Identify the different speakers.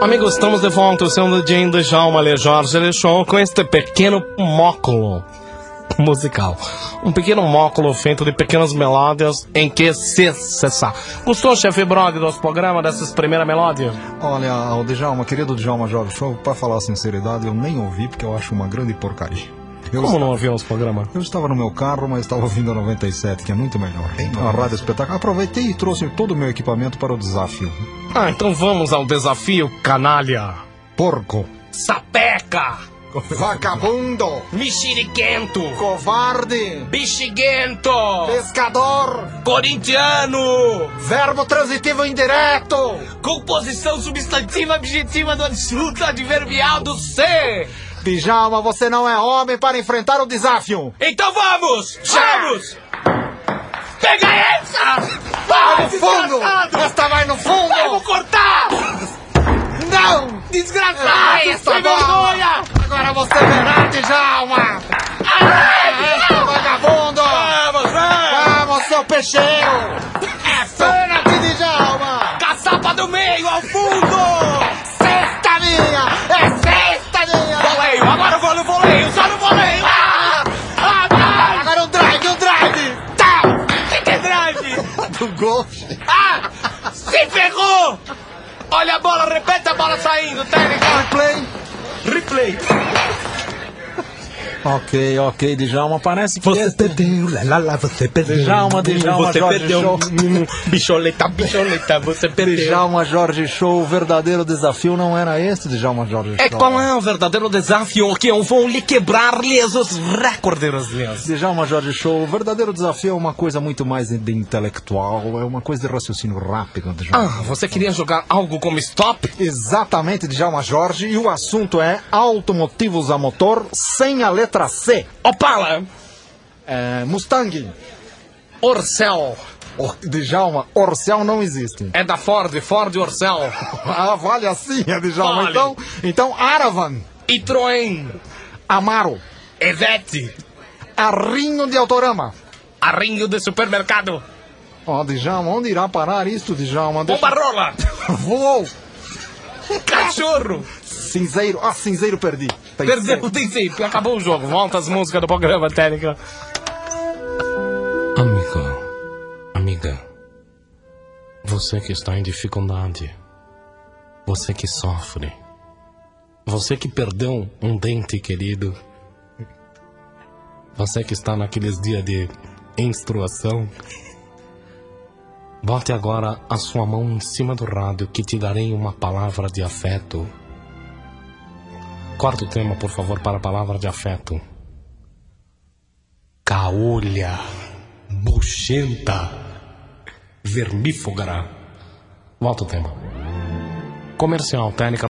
Speaker 1: Amigos, estamos de volta, sendo de ainda Djalma Le Jorge Le Show com este pequeno móculo musical. Um pequeno móculo feito de pequenas melódias em que se cessar. Gostou, chefe Brog, do nosso programa, dessas primeiras melódias?
Speaker 2: Olha, o Djalma, querido Djalma Jorge Show, pra falar a sinceridade, eu nem ouvi porque eu acho uma grande porcaria. Eu
Speaker 1: Como não ouviu os programas?
Speaker 2: Eu estava no meu carro, mas estava ouvindo a 97, que é muito melhor. Uma rádio espetáculo. Aproveitei e trouxe todo o meu equipamento para o desafio.
Speaker 1: Ah, então vamos ao desafio, canalha.
Speaker 2: Porco!
Speaker 1: Sapeca!
Speaker 2: Vagabundo!
Speaker 1: Mexeriquento!
Speaker 2: Covarde!
Speaker 1: Bexiguento!
Speaker 2: Pescador!
Speaker 1: Corintiano!
Speaker 2: Verbo transitivo indireto!
Speaker 1: Composição substantiva objetiva do adjunto adverbial do ser!
Speaker 2: Djalma, você não é homem para enfrentar o desafio!
Speaker 1: Então vamos! Vamos! Pega essa! Vai,
Speaker 2: no fundo!
Speaker 1: desgraçado!
Speaker 2: Esta vai no
Speaker 1: Vamos
Speaker 2: fundo!
Speaker 1: cortar!
Speaker 2: Não!
Speaker 1: Desgraçado!
Speaker 2: Essa
Speaker 1: Sem
Speaker 2: bola!
Speaker 1: vergonha!
Speaker 2: Agora você verá, Djalma! Esta, vagabundo!
Speaker 1: Vamos, vamos! É
Speaker 2: Vamos, seu peixeiro!
Speaker 1: Essa!
Speaker 2: Pena aqui, Djalma!
Speaker 1: Caçapa do meio, ao fundo!
Speaker 2: Cesta minha! É cesta minha!
Speaker 1: Voleio, agora eu vou no voleio, só no voleio! Ah! Ah, vai!
Speaker 2: Agora um drive, um drive! Tá!
Speaker 1: Que que drive!
Speaker 2: Do golfe!
Speaker 1: Ah! Se ferrou! Olha a bola, repete a bola saindo, tá ligado?
Speaker 2: Replay!
Speaker 1: Replay!
Speaker 2: Ok, ok, Djalma, parece que você
Speaker 1: perdeu, lá lá lá, você perdeu.
Speaker 2: Djalma, Djalma,
Speaker 1: você
Speaker 2: Jorge
Speaker 1: perdeu.
Speaker 2: Show.
Speaker 1: Hum, Bicholeta, bicholeta, você perdeu.
Speaker 2: Djalma Jorge Show, o verdadeiro desafio não era esse, Djalma Jorge Show.
Speaker 1: É qual é o verdadeiro desafio que eu vou lhe quebrar lhes os recordes meus.
Speaker 2: Djalma Jorge Show, o verdadeiro desafio é uma coisa muito mais de intelectual, é uma coisa de raciocínio rápido, Djalma.
Speaker 1: Ah, você queria jogar algo como stop?
Speaker 2: Exatamente, Djalma Jorge, e o assunto é automotivos a motor sem a letra C.
Speaker 1: Opala,
Speaker 2: É, Mustang.
Speaker 1: Orcel,
Speaker 2: Or, Djalma, Orcel não existe.
Speaker 1: é da Ford, Ford Orcel.
Speaker 2: Ah, vale assim, é, Djalma.
Speaker 1: Vale.
Speaker 2: Então, então, Aravan,
Speaker 1: E Troen,
Speaker 2: Amaro,
Speaker 1: Evete,
Speaker 2: Arrinho de Autorama.
Speaker 1: Arrinho de Supermercado,
Speaker 2: Ó, Djalma, onde irá parar isto, Djalma? Deixa-
Speaker 1: Bombarola,
Speaker 2: Voou!
Speaker 1: Cachorro.
Speaker 2: Cinzeiro, ah, cinzeiro perdi. Tem
Speaker 1: Perdeu, tem sempre. Acabou o jogo. Volta as músicas do programa, Técnica. Amigo, amiga, você que está em dificuldade, você que sofre, você que perdeu um dente querido, você que está naqueles dias de instruação, bote agora a sua mão em cima do rádio que te darei uma palavra de afeto. Quarto tema, por favor, para a palavra de afeto. Caolha, buchenta, vermífuga. Volta o tema. Comercial, técnica.